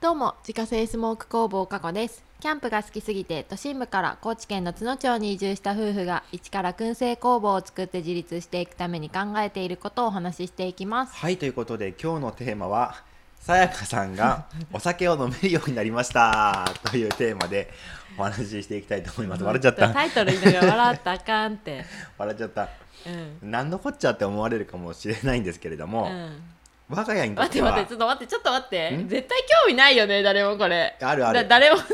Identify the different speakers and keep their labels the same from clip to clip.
Speaker 1: どうも自家製スモーク工房加古ですキャンプが好きすぎて都心部から高知県の津野町に移住した夫婦が一から燻製工房を作って自立していくために考えていることをお話ししていきます
Speaker 2: はいということで今日のテーマはさやかさ んがお酒を飲めるようになりましたというテーマでお話ししていきたいと思います笑っちゃった
Speaker 1: タイトル言いながら笑ったらあかん って
Speaker 2: 笑っちゃった
Speaker 1: うん、
Speaker 2: 何のこっちゃって思われるかもしれないんですけれど
Speaker 1: う
Speaker 2: も、
Speaker 1: ん、
Speaker 2: 我が家にとっ
Speaker 1: 待ってて
Speaker 2: は
Speaker 1: 待ってちょっと待ってちょっと待って
Speaker 2: ん
Speaker 1: 絶対興味ないよね誰もこれ
Speaker 2: あるあ
Speaker 1: だ
Speaker 2: る
Speaker 1: 誰もさ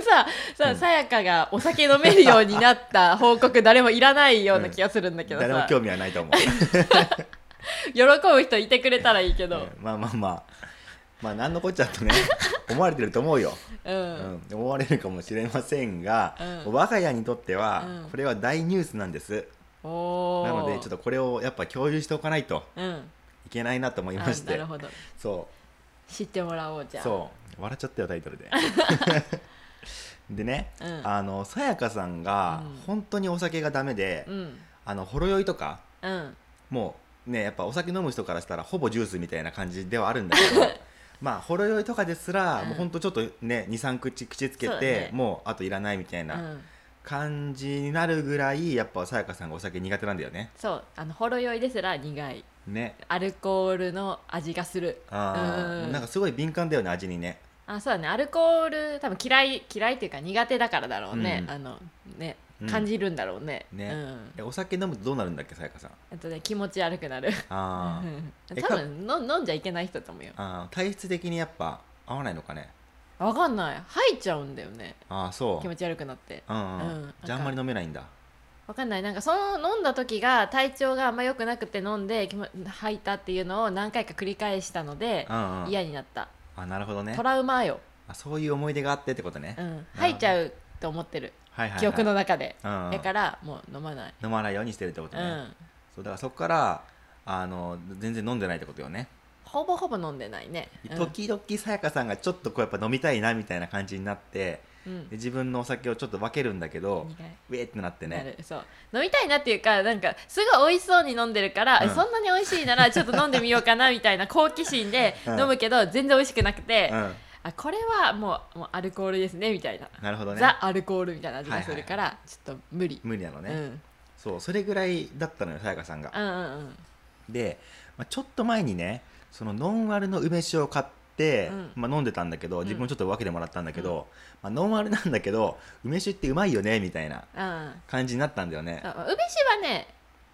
Speaker 1: ささやかがお酒飲めるようにな った報告誰もいらないような気がするんだけどさ、
Speaker 2: 誰も興味はないと思う、
Speaker 1: 喜ぶ人いてくれたらいいけど
Speaker 2: うんまあまあまあまあ何のこっち ゃとね思われてると思うよ、
Speaker 1: うん、
Speaker 2: うん、思われるかもしれませんが、
Speaker 1: うん
Speaker 2: 我が家にとっては、
Speaker 1: うん
Speaker 2: これは大ニュースなんです
Speaker 1: おー
Speaker 2: なのでちょっとこれをやっぱ共有しておかないと
Speaker 1: うん
Speaker 2: いけないなと思いまし
Speaker 1: あな
Speaker 2: て
Speaker 1: るほど
Speaker 2: そ
Speaker 1: 知ってもらおうじ
Speaker 2: う
Speaker 1: ゃあ
Speaker 2: そう笑っちゃったよタイト ルででね、
Speaker 1: うん
Speaker 2: あのさやかさんが
Speaker 1: うん
Speaker 2: 本当にお酒がダメで、
Speaker 1: うん
Speaker 2: あのほろ酔いとか
Speaker 1: うん
Speaker 2: もうねやっぱお酒飲む人からしたらほぼジュースみたいな感じではあるんだ けどまあほろ酔いとかですら、
Speaker 1: うん
Speaker 2: もうほんとちょっとね23口口つけ
Speaker 1: そうだ
Speaker 2: て、
Speaker 1: ね
Speaker 2: もうあといらないみたいうなん感じになるぐらいやっぱさやかさんがお酒苦手なんだよね
Speaker 1: そうあのほろ酔いですら苦い
Speaker 2: ね
Speaker 1: アルコールの味がする
Speaker 2: あ
Speaker 1: う
Speaker 2: ー
Speaker 1: ん
Speaker 2: なんかすごい敏感だよね味にね
Speaker 1: あそうだねアルコール多分嫌い嫌いっていうか苦手だからだろうね、
Speaker 2: うん
Speaker 1: あのね
Speaker 2: うん
Speaker 1: 感じるんだろうね,、うん、
Speaker 2: ねえお酒飲むとどうなるんだっけさやかさん
Speaker 1: あとね気持ち悪くなる
Speaker 2: あー
Speaker 1: うん
Speaker 2: え
Speaker 1: 多分の飲んじゃいけない人だと思うよ
Speaker 2: あー体質的にやっぱ合わないのかね
Speaker 1: わかんない吐いちゃうんだよね
Speaker 2: ああそ
Speaker 1: 気
Speaker 2: う
Speaker 1: 持ち悪くなって
Speaker 2: うん、うん
Speaker 1: うん
Speaker 2: じゃああんまり飲めないんだ
Speaker 1: わかんないなんかその飲んだ時が体調があんま良くなくて飲んで気も吐いたっていうのを何回か繰り返したので
Speaker 2: うんうん
Speaker 1: 嫌になった
Speaker 2: あなるほどね
Speaker 1: トラウマよ、
Speaker 2: あそういう思い出があってってことね、
Speaker 1: う
Speaker 2: はい
Speaker 1: ん、吐いちゃうと思ってる
Speaker 2: はいはい
Speaker 1: 記憶の中で
Speaker 2: うんうん
Speaker 1: だからもう飲まない、
Speaker 2: 飲まないようにしてるってこと
Speaker 1: う
Speaker 2: ね、
Speaker 1: ん、
Speaker 2: そうだからそこからあの全然飲んでないってことよね、
Speaker 1: ほぼほぼ飲んでないね、うん
Speaker 2: 時々さやかさんがちょっとこうやっぱ飲みたいなみたいな感じになって
Speaker 1: うん
Speaker 2: で自分のお酒をちょっと分けるんだけど
Speaker 1: 苦い
Speaker 2: ウェーってなって
Speaker 1: な
Speaker 2: ね
Speaker 1: るそう飲みたいなっていうかなんかすごい美味しそうに飲んでるから、
Speaker 2: うん
Speaker 1: そんなに美味しいな らちょっと飲んでみようかなみたいな好奇心で
Speaker 2: うん
Speaker 1: 飲むけど全然美味しくなくて、
Speaker 2: うん
Speaker 1: あこれはもうもうアルコールですねみたいな
Speaker 2: なるほどね
Speaker 1: ザ・アルコールみたいな味がするから、ちょっと無理、
Speaker 2: 無理なのね、
Speaker 1: うん
Speaker 2: そうそれぐらいだったのよさやかさんが
Speaker 1: うんうん
Speaker 2: で、まあ、ちょっと前にねそのノンアルの梅酒を買って、
Speaker 1: うん
Speaker 2: まあ、飲んでたんだけど
Speaker 1: ん
Speaker 2: 自分もちょっと分けてもらったんだけど、まあ、ノンアルなんだけど梅酒ってうまいよねみたいな
Speaker 1: うん
Speaker 2: 感じになったんだよね
Speaker 1: そう梅酒はね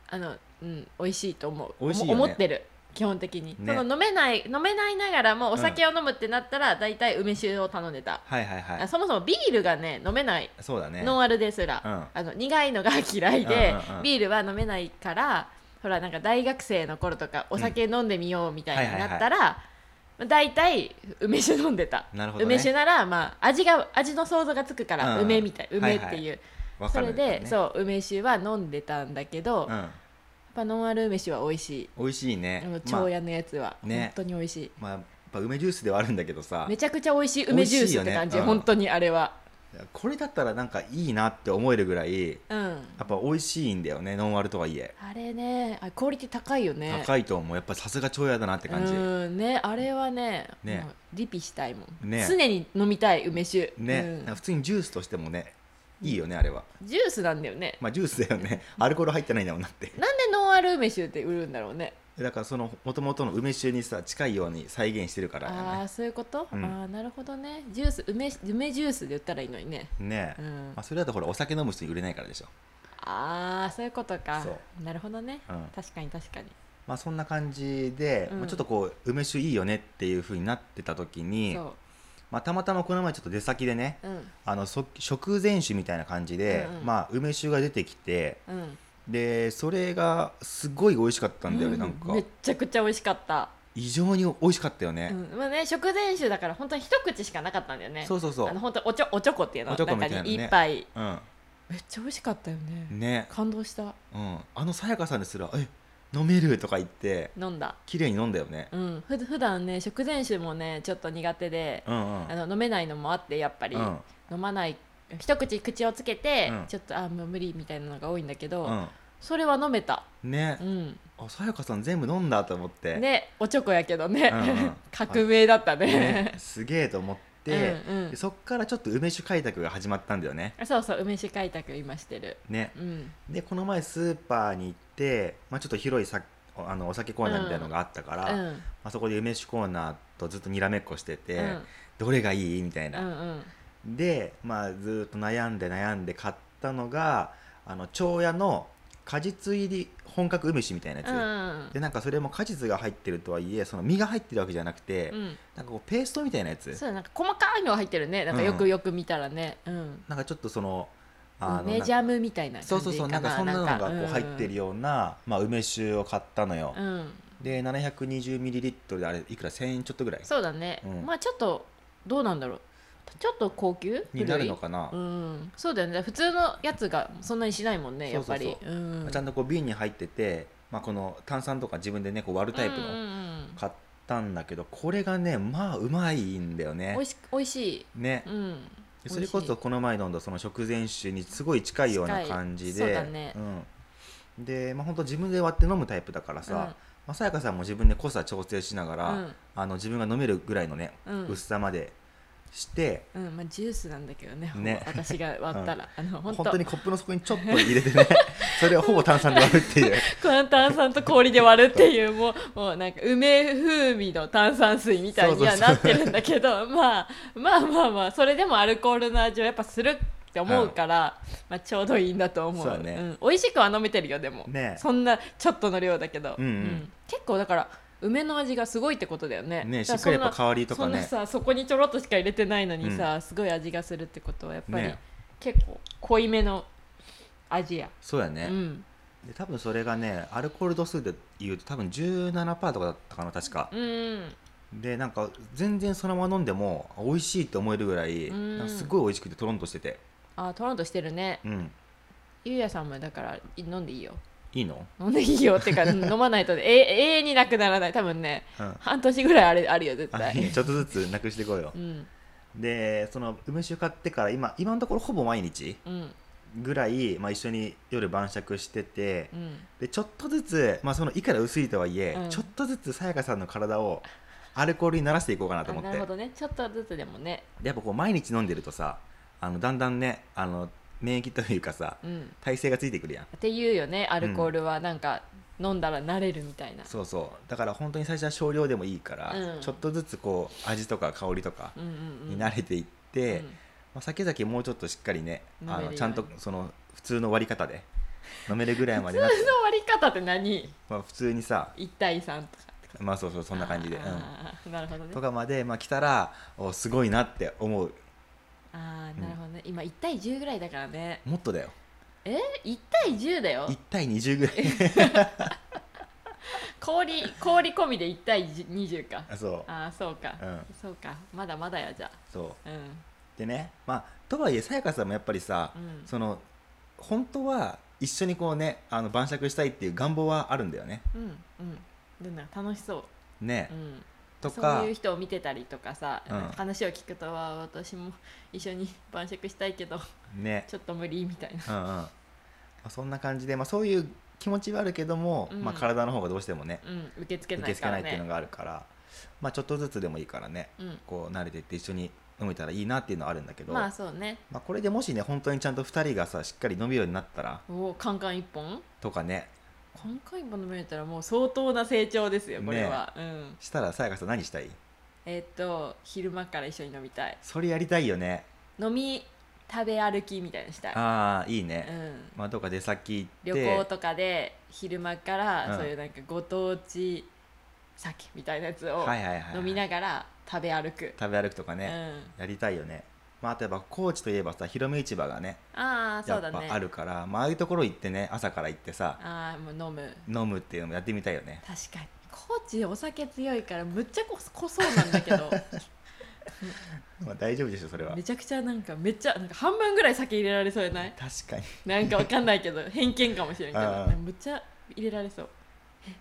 Speaker 1: あの、うん、美味しいと思う
Speaker 2: 美味しいよね
Speaker 1: 思思ってる基本的に、
Speaker 2: ね
Speaker 1: その飲めない飲めないながらもお酒を飲むってなったら、大体梅酒を頼んでた、
Speaker 2: はいはいは
Speaker 1: あ
Speaker 2: い
Speaker 1: そもそもビールがね飲めない、
Speaker 2: そうだね
Speaker 1: ノンアルですら、
Speaker 2: う
Speaker 1: あの苦いのが嫌いで、
Speaker 2: うんうんうん
Speaker 1: ビールは飲めないからほらなんか大学生の頃とかお酒飲んでみようみたいになったら、まあ大体梅酒飲んでた
Speaker 2: なるほどね
Speaker 1: 梅酒なら、まあ、味が味の想像がつくから、
Speaker 2: うんうん
Speaker 1: 梅みたい
Speaker 2: は
Speaker 1: 梅っ
Speaker 2: い
Speaker 1: ていう、
Speaker 2: はいわ
Speaker 1: そ
Speaker 2: かる
Speaker 1: れ
Speaker 2: んだよ
Speaker 1: で、
Speaker 2: ね
Speaker 1: そう梅酒は飲んでたんだけど、
Speaker 2: う
Speaker 1: やっ
Speaker 2: ん
Speaker 1: ぱノンアル梅酒は美味し
Speaker 2: 美味し
Speaker 1: い、
Speaker 2: い
Speaker 1: あの
Speaker 2: ねまあ
Speaker 1: 長屋のやつは、
Speaker 2: ね
Speaker 1: 本当に美味しい、
Speaker 2: まあやっぱ梅ジュースではあるんだけどさ
Speaker 1: めちゃくちゃ美味しい梅ジュースって感じ、
Speaker 2: 美味しいよねうん
Speaker 1: 本当にあれは
Speaker 2: これだったらなんかいいなって思えるぐらいや
Speaker 1: うん
Speaker 2: っぱ美味しいんだよねノンアルとはいえ
Speaker 1: あれねあクオリティ高いよね
Speaker 2: 高いと思うやっぱさすが長屋だなって感じ
Speaker 1: うんねあれはね
Speaker 2: ね
Speaker 1: もうリピしたいもん、
Speaker 2: ね
Speaker 1: 常に飲みたい梅酒
Speaker 2: ね、なんか普通にジュースとしてもねいいよねあれは
Speaker 1: うんジュースなんだよね
Speaker 2: まあジュースだよねアルコール入ってないんだもんなって
Speaker 1: なんでノンアル梅酒って売るんだろうね
Speaker 2: だからそのもともとの梅酒にさ近いように再現してるからだ
Speaker 1: ああ
Speaker 2: よ
Speaker 1: ーそういうこと、
Speaker 2: うん
Speaker 1: ああなるほどねジュース梅梅ジュースで売ったらいいのにね
Speaker 2: ねね
Speaker 1: う
Speaker 2: え、
Speaker 1: ん
Speaker 2: まあ、それだとほらお酒飲む人に売れないからでしょ
Speaker 1: ああそういうことか
Speaker 2: そ
Speaker 1: なるほどね、
Speaker 2: うん
Speaker 1: 確かに確かに、
Speaker 2: まあそんな感じで、
Speaker 1: うん
Speaker 2: まあ、ちょっとこう梅酒いいよねっていう風になってた時に、
Speaker 1: そ
Speaker 2: まあ、たまたまこの前ちょっと出先でね
Speaker 1: ううん
Speaker 2: あのそ食前酒みたいな感じで、
Speaker 1: うんうん
Speaker 2: まあ、梅酒が出てきて
Speaker 1: うん
Speaker 2: でそれがすごい美味しかったんだよね、
Speaker 1: う
Speaker 2: なんか
Speaker 1: めっちゃくちゃ美味しかった、
Speaker 2: 異常に美味しかったよね、
Speaker 1: うんまあね食前酒だから本当に一口しかなかったんだよね
Speaker 2: そうそうそう
Speaker 1: あの本当おちょおちょこっていうの
Speaker 2: おちょこみたいな
Speaker 1: 中
Speaker 2: ね
Speaker 1: に一杯
Speaker 2: う
Speaker 1: めっちゃ美味しかったよね
Speaker 2: んね
Speaker 1: 感動した
Speaker 2: うん、あのさやかさんですら「え飲める」とか言って
Speaker 1: 飲んだ
Speaker 2: 綺麗に飲んだよね、
Speaker 1: うんふ普段ね食前酒もねちょっと苦手で、
Speaker 2: うん、うん
Speaker 1: あの飲めないのもあってやっぱり、
Speaker 2: うん
Speaker 1: 飲まない一口口をつけて、
Speaker 2: うん
Speaker 1: ちょっとあもう無理みたいなのが多いんだけど、
Speaker 2: うん
Speaker 1: それは飲めた
Speaker 2: ね
Speaker 1: うん
Speaker 2: あさやかさん全部飲んだと思って
Speaker 1: ねおちょこやけどね、
Speaker 2: うんうん
Speaker 1: 革命だったね
Speaker 2: ねすげえと思っって、
Speaker 1: うんうん
Speaker 2: でそっからちょっと梅酒開拓が始まったんだよね。
Speaker 1: あそうそう梅酒開拓今してる
Speaker 2: ね
Speaker 1: うん
Speaker 2: でこの前スーパーに行って、まあ、ちょっと広いさあのお酒コーナーみたいなのがあったから、
Speaker 1: うん
Speaker 2: まあ、そこで梅酒コーナーとずっとにらめっこしてて、
Speaker 1: うん
Speaker 2: どれがいいみたいうな。
Speaker 1: んうん
Speaker 2: で、まあ、ずーっと悩んで悩んで買ったのがあの蝶屋の果実入り本格梅酒みたいなやつ。
Speaker 1: うん
Speaker 2: でなんかそれも果実が入ってるとはいえその実が入ってるわけじゃなくて、
Speaker 1: うん
Speaker 2: なんかこうペーストみたいなやつ
Speaker 1: そうだなんか細かいのが入ってるねなんかよ
Speaker 2: う
Speaker 1: く
Speaker 2: ん
Speaker 1: よく見たらねうん
Speaker 2: なんかちょっとその
Speaker 1: 梅ジ
Speaker 2: なんか
Speaker 1: ャムみたいな感じ
Speaker 2: そ
Speaker 1: か
Speaker 2: うそうそうなんかそんなのがこう入ってる
Speaker 1: よ
Speaker 2: ような、まあ、梅酒を買ったのよ、
Speaker 1: うん
Speaker 2: で 720ml であれいくら1000円ちょっとぐらい
Speaker 1: そうだね
Speaker 2: うん
Speaker 1: まあちょっとどうなんだろうちょっと高級
Speaker 2: になるのかな、
Speaker 1: 古いうんそうだよね普通のやつがそんなにしないもんねやっぱり
Speaker 2: そうそう
Speaker 1: うん
Speaker 2: ちゃんとこう瓶に入ってて、まあ、この炭酸とか自分でねこう割るタイプ
Speaker 1: うんう
Speaker 2: の
Speaker 1: んうん
Speaker 2: 買ったんだけどこれがねまあうまいんだよね
Speaker 1: 美味し美味しい
Speaker 2: ね
Speaker 1: うん
Speaker 2: それこそこの前飲んだその食前酒にすごい近いような感じで
Speaker 1: 近いそうだね
Speaker 2: うん、で、まあ本当自分で割って飲むタイプだからさ、
Speaker 1: うん
Speaker 2: まあ、さやかさんも自分で濃さ調整しながら、
Speaker 1: うん
Speaker 2: あの自分が飲めるぐらいのね、
Speaker 1: うん
Speaker 2: 薄さまでして
Speaker 1: うんまあ、ジュースなんだけどねほぼ
Speaker 2: ね
Speaker 1: 私が割ったら、あの
Speaker 2: 本
Speaker 1: 本
Speaker 2: 当
Speaker 1: 当
Speaker 2: にコップの底にちょっと入れ てねそれをほぼ炭酸で割るっていう
Speaker 1: この炭酸と氷で割るっていうもうもうなんか梅風味の炭酸水みたいには
Speaker 2: そうそうそ
Speaker 1: な
Speaker 2: う
Speaker 1: ってるんだけどまあまあまあまあそれでもアルコールの味をやっぱするって思うから、まあ、ちょうどいいんだと思う
Speaker 2: そうだね
Speaker 1: ん、美味しくは飲めてるよでも、
Speaker 2: ね
Speaker 1: そんなちょっとの量だけど、
Speaker 2: うんうん
Speaker 1: 結構だから梅の味がすごいってことだよね
Speaker 2: ね
Speaker 1: だら
Speaker 2: しっかりやっぱ
Speaker 1: そんな
Speaker 2: 香りとかね
Speaker 1: そんなさそこにちょろっとしか入れてないのにさ、すごい味がするってことはやっぱり、
Speaker 2: ね
Speaker 1: 結構濃いめの味や、
Speaker 2: そうや
Speaker 1: う
Speaker 2: ね、
Speaker 1: ん
Speaker 2: で多分それがねアルコール度数で言うと多分17%とかだったかな確か、
Speaker 1: うん
Speaker 2: でなんか全然そのまま飲んでも美味しいって思えるぐらい、
Speaker 1: うん
Speaker 2: なんかすごい美味しくてとろんとしてて
Speaker 1: あトロントしてるね
Speaker 2: うん
Speaker 1: ゆうやさんもだからい飲んでいいよ
Speaker 2: いいの、
Speaker 1: 飲んでいいよ ってか飲まないとねえ永遠になくならない多分ね
Speaker 2: うん
Speaker 1: 半年ぐらいあれあるよ絶
Speaker 2: あいいね
Speaker 1: 対
Speaker 2: ちょっとずつなくしていこうよ
Speaker 1: うん
Speaker 2: でその梅酒買ってから今今のところほぼ毎日
Speaker 1: うん
Speaker 2: ぐらい、まあ、一緒に夜晩酌してて
Speaker 1: うん
Speaker 2: でちょっとずつ、まあ、そのいくら薄いとはいえ、
Speaker 1: うん
Speaker 2: ちょっとずつさやかさんの体をアルコールに慣らしていこうかなと
Speaker 1: あ
Speaker 2: 思っ
Speaker 1: な
Speaker 2: て
Speaker 1: るほどねちょっとずつでもね
Speaker 2: でやっぱこう毎日飲んでるとさあのだんだんねあの免疫というかさ
Speaker 1: うん
Speaker 2: 体勢がついてくるやん
Speaker 1: っていうよねアルコールはなんか飲んだら慣れるみたいな、
Speaker 2: そうそうだから本当に最初は少量でもいいから、
Speaker 1: うん
Speaker 2: ちょっとずつこう味とか香りとか
Speaker 1: うん、うんうん
Speaker 2: に慣れていっ
Speaker 1: う
Speaker 2: て、
Speaker 1: ん
Speaker 2: まあ、先々もうちょっとしっかりね
Speaker 1: 飲め
Speaker 2: あ
Speaker 1: るよう
Speaker 2: の
Speaker 1: に
Speaker 2: ちゃんとその普通の割り方で飲めるぐらいま でな
Speaker 1: その割り方って何
Speaker 2: まあ普通にさ
Speaker 1: ?1 対3とか
Speaker 2: まあそうそうそんな感じで、うん、
Speaker 1: あーなるほどね
Speaker 2: とかまで、まあ、来たらおすごいなって思う
Speaker 1: ああなるほどね今1対10ぐらいだからね
Speaker 2: もっとだよ
Speaker 1: え1対10だよ
Speaker 2: 1対20ぐらい
Speaker 1: 氷氷込みで1対20か
Speaker 2: あ そう
Speaker 1: ああそうか、
Speaker 2: うん
Speaker 1: そうかまだまだやじゃ
Speaker 2: そう
Speaker 1: あうん
Speaker 2: でねまあとはいえさやかさんもやっぱりさ、
Speaker 1: うん
Speaker 2: その本当は一緒にこうねあの晩酌したいっていう願望はあるんだよね
Speaker 1: うんうんでなんか楽しそう、
Speaker 2: ね、
Speaker 1: うん、
Speaker 2: とか
Speaker 1: そういう人を見てたりとかさ、
Speaker 2: うん
Speaker 1: 話を聞くとは私も一緒に晩酌したいけど
Speaker 2: ね
Speaker 1: ちょっと無理みたいな
Speaker 2: うんうんまあそんな感じで、まあ、そういう気持ちはあるけども、
Speaker 1: うん
Speaker 2: まあ、体の方がどうしてもね
Speaker 1: うん受け付け
Speaker 2: 受
Speaker 1: な
Speaker 2: け
Speaker 1: い
Speaker 2: 付
Speaker 1: か
Speaker 2: けな
Speaker 1: ら
Speaker 2: いっていうの
Speaker 1: ね
Speaker 2: があるから、まあ、ちょっとずつでもいいからね
Speaker 1: うん
Speaker 2: こう慣れていって一緒に飲めたらいいなっていうのはあるんだけど、
Speaker 1: まあそうね
Speaker 2: まあこれでもしね本当にちゃんと2人がさしっかり飲めるようになったら
Speaker 1: おおカンカン1本
Speaker 2: とかね
Speaker 1: カンカン1本飲めれたらもう相当な成長ですよこれは、うん
Speaker 2: したらさやかさん何したい
Speaker 1: えーっと昼間から一緒に飲みたい
Speaker 2: それやりたいよね
Speaker 1: 飲み食べ歩きみたいにしたい、
Speaker 2: ああいいうね、
Speaker 1: ん、
Speaker 2: まあどっか出先
Speaker 1: 旅
Speaker 2: 行って
Speaker 1: 行とかで昼間か
Speaker 2: う
Speaker 1: ら
Speaker 2: ん
Speaker 1: そういうなんかご当地酒みたいなやつを
Speaker 2: はいはいはい
Speaker 1: 飲みながら食べ歩く、
Speaker 2: 食べ歩くとかね、やりたいよねまあ、あとやっぱ高知といえばさ広め市場がね
Speaker 1: うん、ああそ
Speaker 2: や
Speaker 1: う
Speaker 2: っ
Speaker 1: だ
Speaker 2: ぱ
Speaker 1: ね
Speaker 2: あるから、まあああいうところ行ってね朝から行ってさ
Speaker 1: ああもう飲む
Speaker 2: 飲むっていうのもやってみたいよね
Speaker 1: 確かに高知お酒強いからむっちゃこ濃そうなんだけ ど
Speaker 2: まあ大丈夫でしょそれは
Speaker 1: めちゃくちゃなんかめっちゃなんか半分ぐらい酒入れられそうじゃない
Speaker 2: 確 かに
Speaker 1: なんかわかんないけど偏見かもしれんけど
Speaker 2: うん
Speaker 1: なんかむっちゃ入れられそう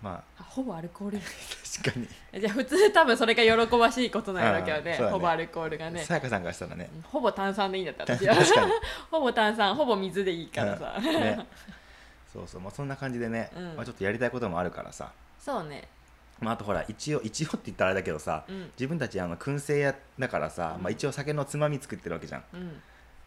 Speaker 2: ま
Speaker 1: あほぼアルコールや
Speaker 2: あ確かに
Speaker 1: じゃあ普通多分それが喜ばしいことなんやろうけど
Speaker 2: うん
Speaker 1: ね
Speaker 2: そうだね
Speaker 1: ほぼアルコールがね
Speaker 2: さやかさんからしたらね
Speaker 1: ほぼ炭酸でいいんだった私
Speaker 2: 確
Speaker 1: は
Speaker 2: かに
Speaker 1: ほぼ炭酸ほぼ水でいいからさ、
Speaker 2: うんね、そうそうまあそんな感じでね、
Speaker 1: うん
Speaker 2: まあ、ちょっとやりたいこともあるからさ
Speaker 1: そうね
Speaker 2: まあ、あとほら一応一応って言ったらあれだけどさ、
Speaker 1: うん
Speaker 2: 自分たちあの燻製屋だからさ、
Speaker 1: うん
Speaker 2: まあ、一応酒のつまみ作ってるわけじゃん
Speaker 1: うん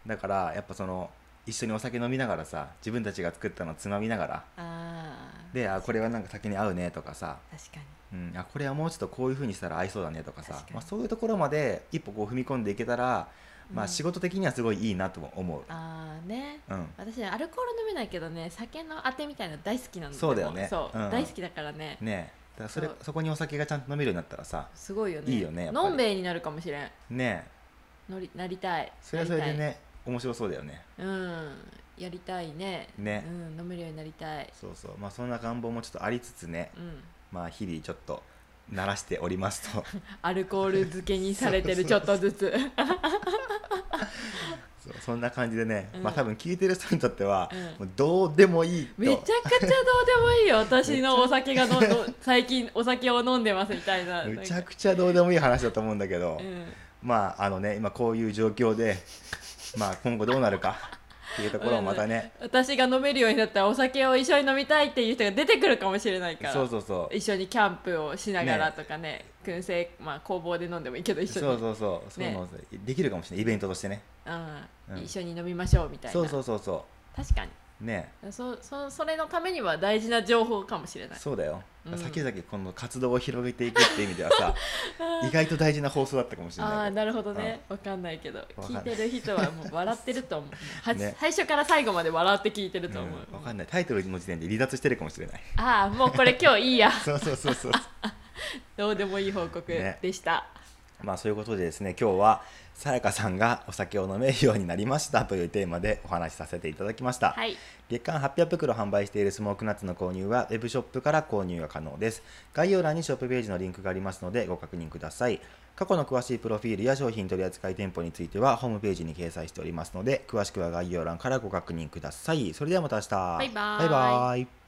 Speaker 2: だからやっぱその一緒にお酒飲みながらさ自分たちが作ったのつまみながら
Speaker 1: ああ
Speaker 2: であこれはなんか酒に合うねとかさ、
Speaker 1: 確かに
Speaker 2: うん、あこれはもうちょっとこういう風にしたら合いそうだねとかさ
Speaker 1: 確かに
Speaker 2: まあ、そういうところまで一歩こう踏み込んでいけたら、ま
Speaker 1: う
Speaker 2: あ、
Speaker 1: ん
Speaker 2: 仕事的にはすごいいいなとも思う、
Speaker 1: ああね
Speaker 2: うん、
Speaker 1: 私ねアルコール飲めないけどね酒のあてみたいなの大好きなの
Speaker 2: そうだよね
Speaker 1: でもそう、
Speaker 2: うん
Speaker 1: 大好きだからね
Speaker 2: ねえだからそれ
Speaker 1: そう
Speaker 2: そこにお酒がちゃんと飲めるようになったらさ
Speaker 1: すごいよね
Speaker 2: いいよねやっぱり
Speaker 1: のんべいになるかもしれん
Speaker 2: ねえ
Speaker 1: のりなりたい
Speaker 2: それはそれで
Speaker 1: なり
Speaker 2: ね面白そうだよね
Speaker 1: たいうんやりたいね
Speaker 2: ね
Speaker 1: うん、飲めるようになりたい
Speaker 2: そうそうまあそんな願望もちょっとありつつね
Speaker 1: うん
Speaker 2: まあ日々ちょっと慣らしております と
Speaker 1: アルコール漬けにされてるちょっとず つ
Speaker 2: そうそんな感じでね、
Speaker 1: うん
Speaker 2: まあ多分聞いてる人にとっては、
Speaker 1: う
Speaker 2: もうどうでもいいと
Speaker 1: めちゃくちゃどうでもいいよ私のお酒がどんどん最近お酒を飲んでますみたいな
Speaker 2: めちゃ
Speaker 1: ち
Speaker 2: くちゃどうでもいい話だと思うんだけど、
Speaker 1: うん
Speaker 2: まああのね今こういう状況で まあ今後どうなるかっていうところをまたね、
Speaker 1: 私が飲めるようになったらお酒を一緒に飲みたいっていう人が出てくるかもしれないから
Speaker 2: そうそうそう
Speaker 1: 一緒にキャンプをしながらとかね燻製、まあ、工房で飲んでもいいけど一緒に
Speaker 2: そうそうそうそういうのをできるかもしれないイベントとしてね
Speaker 1: うん
Speaker 2: うん
Speaker 1: 一緒に飲みましょうみたいな
Speaker 2: そうそうそうそ
Speaker 1: 確かに
Speaker 2: うね
Speaker 1: そそそれのためには大事な情報かもしれない
Speaker 2: そうだよ、
Speaker 1: うん
Speaker 2: 先々この活動を広げていくっていう意味では さ意外と大事な放送だったかもしれ
Speaker 1: あ
Speaker 2: な
Speaker 1: あ
Speaker 2: い
Speaker 1: なるほどね、わかんないけど
Speaker 2: かん
Speaker 1: 聞
Speaker 2: ない
Speaker 1: いてる人はもう笑ってると 思う、は
Speaker 2: ね
Speaker 1: 最初から最後まで笑って聞いてる
Speaker 2: けど
Speaker 1: と思う、
Speaker 2: うんわかんないタイトルの時点で離脱してるかも しれない
Speaker 1: ああもうこれ今日いいや
Speaker 2: そうそうそうそう
Speaker 1: どうでもいい報告
Speaker 2: ね
Speaker 1: でした、
Speaker 2: まあそういうことでですね今日はさやかさんがお酒を飲めるようになりましたというテーマでお話しさせていただきました、
Speaker 1: はい
Speaker 2: 月間800袋販売しているスモークナッツの購入はウェブショップから購入が可能です概要欄にショップページのリンクがありますのでご確認ください過去の詳しいプロフィールや商品取扱店舗についてはホームページに掲載しておりますので詳しくは概要欄からご確認くださいそれではまた明日バ
Speaker 1: バイバーイ
Speaker 2: バイバーイ